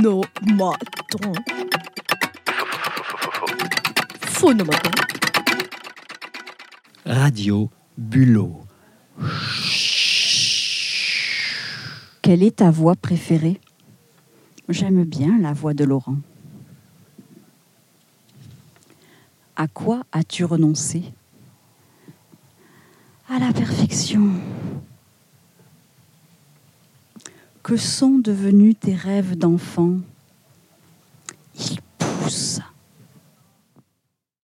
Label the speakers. Speaker 1: Phonomaton. Phonomaton.
Speaker 2: Radio Bulot.
Speaker 3: Quelle est ta voix préférée J'aime bien la voix de Laurent. À quoi as-tu renoncé À la perfection. Que sont devenus tes rêves d'enfant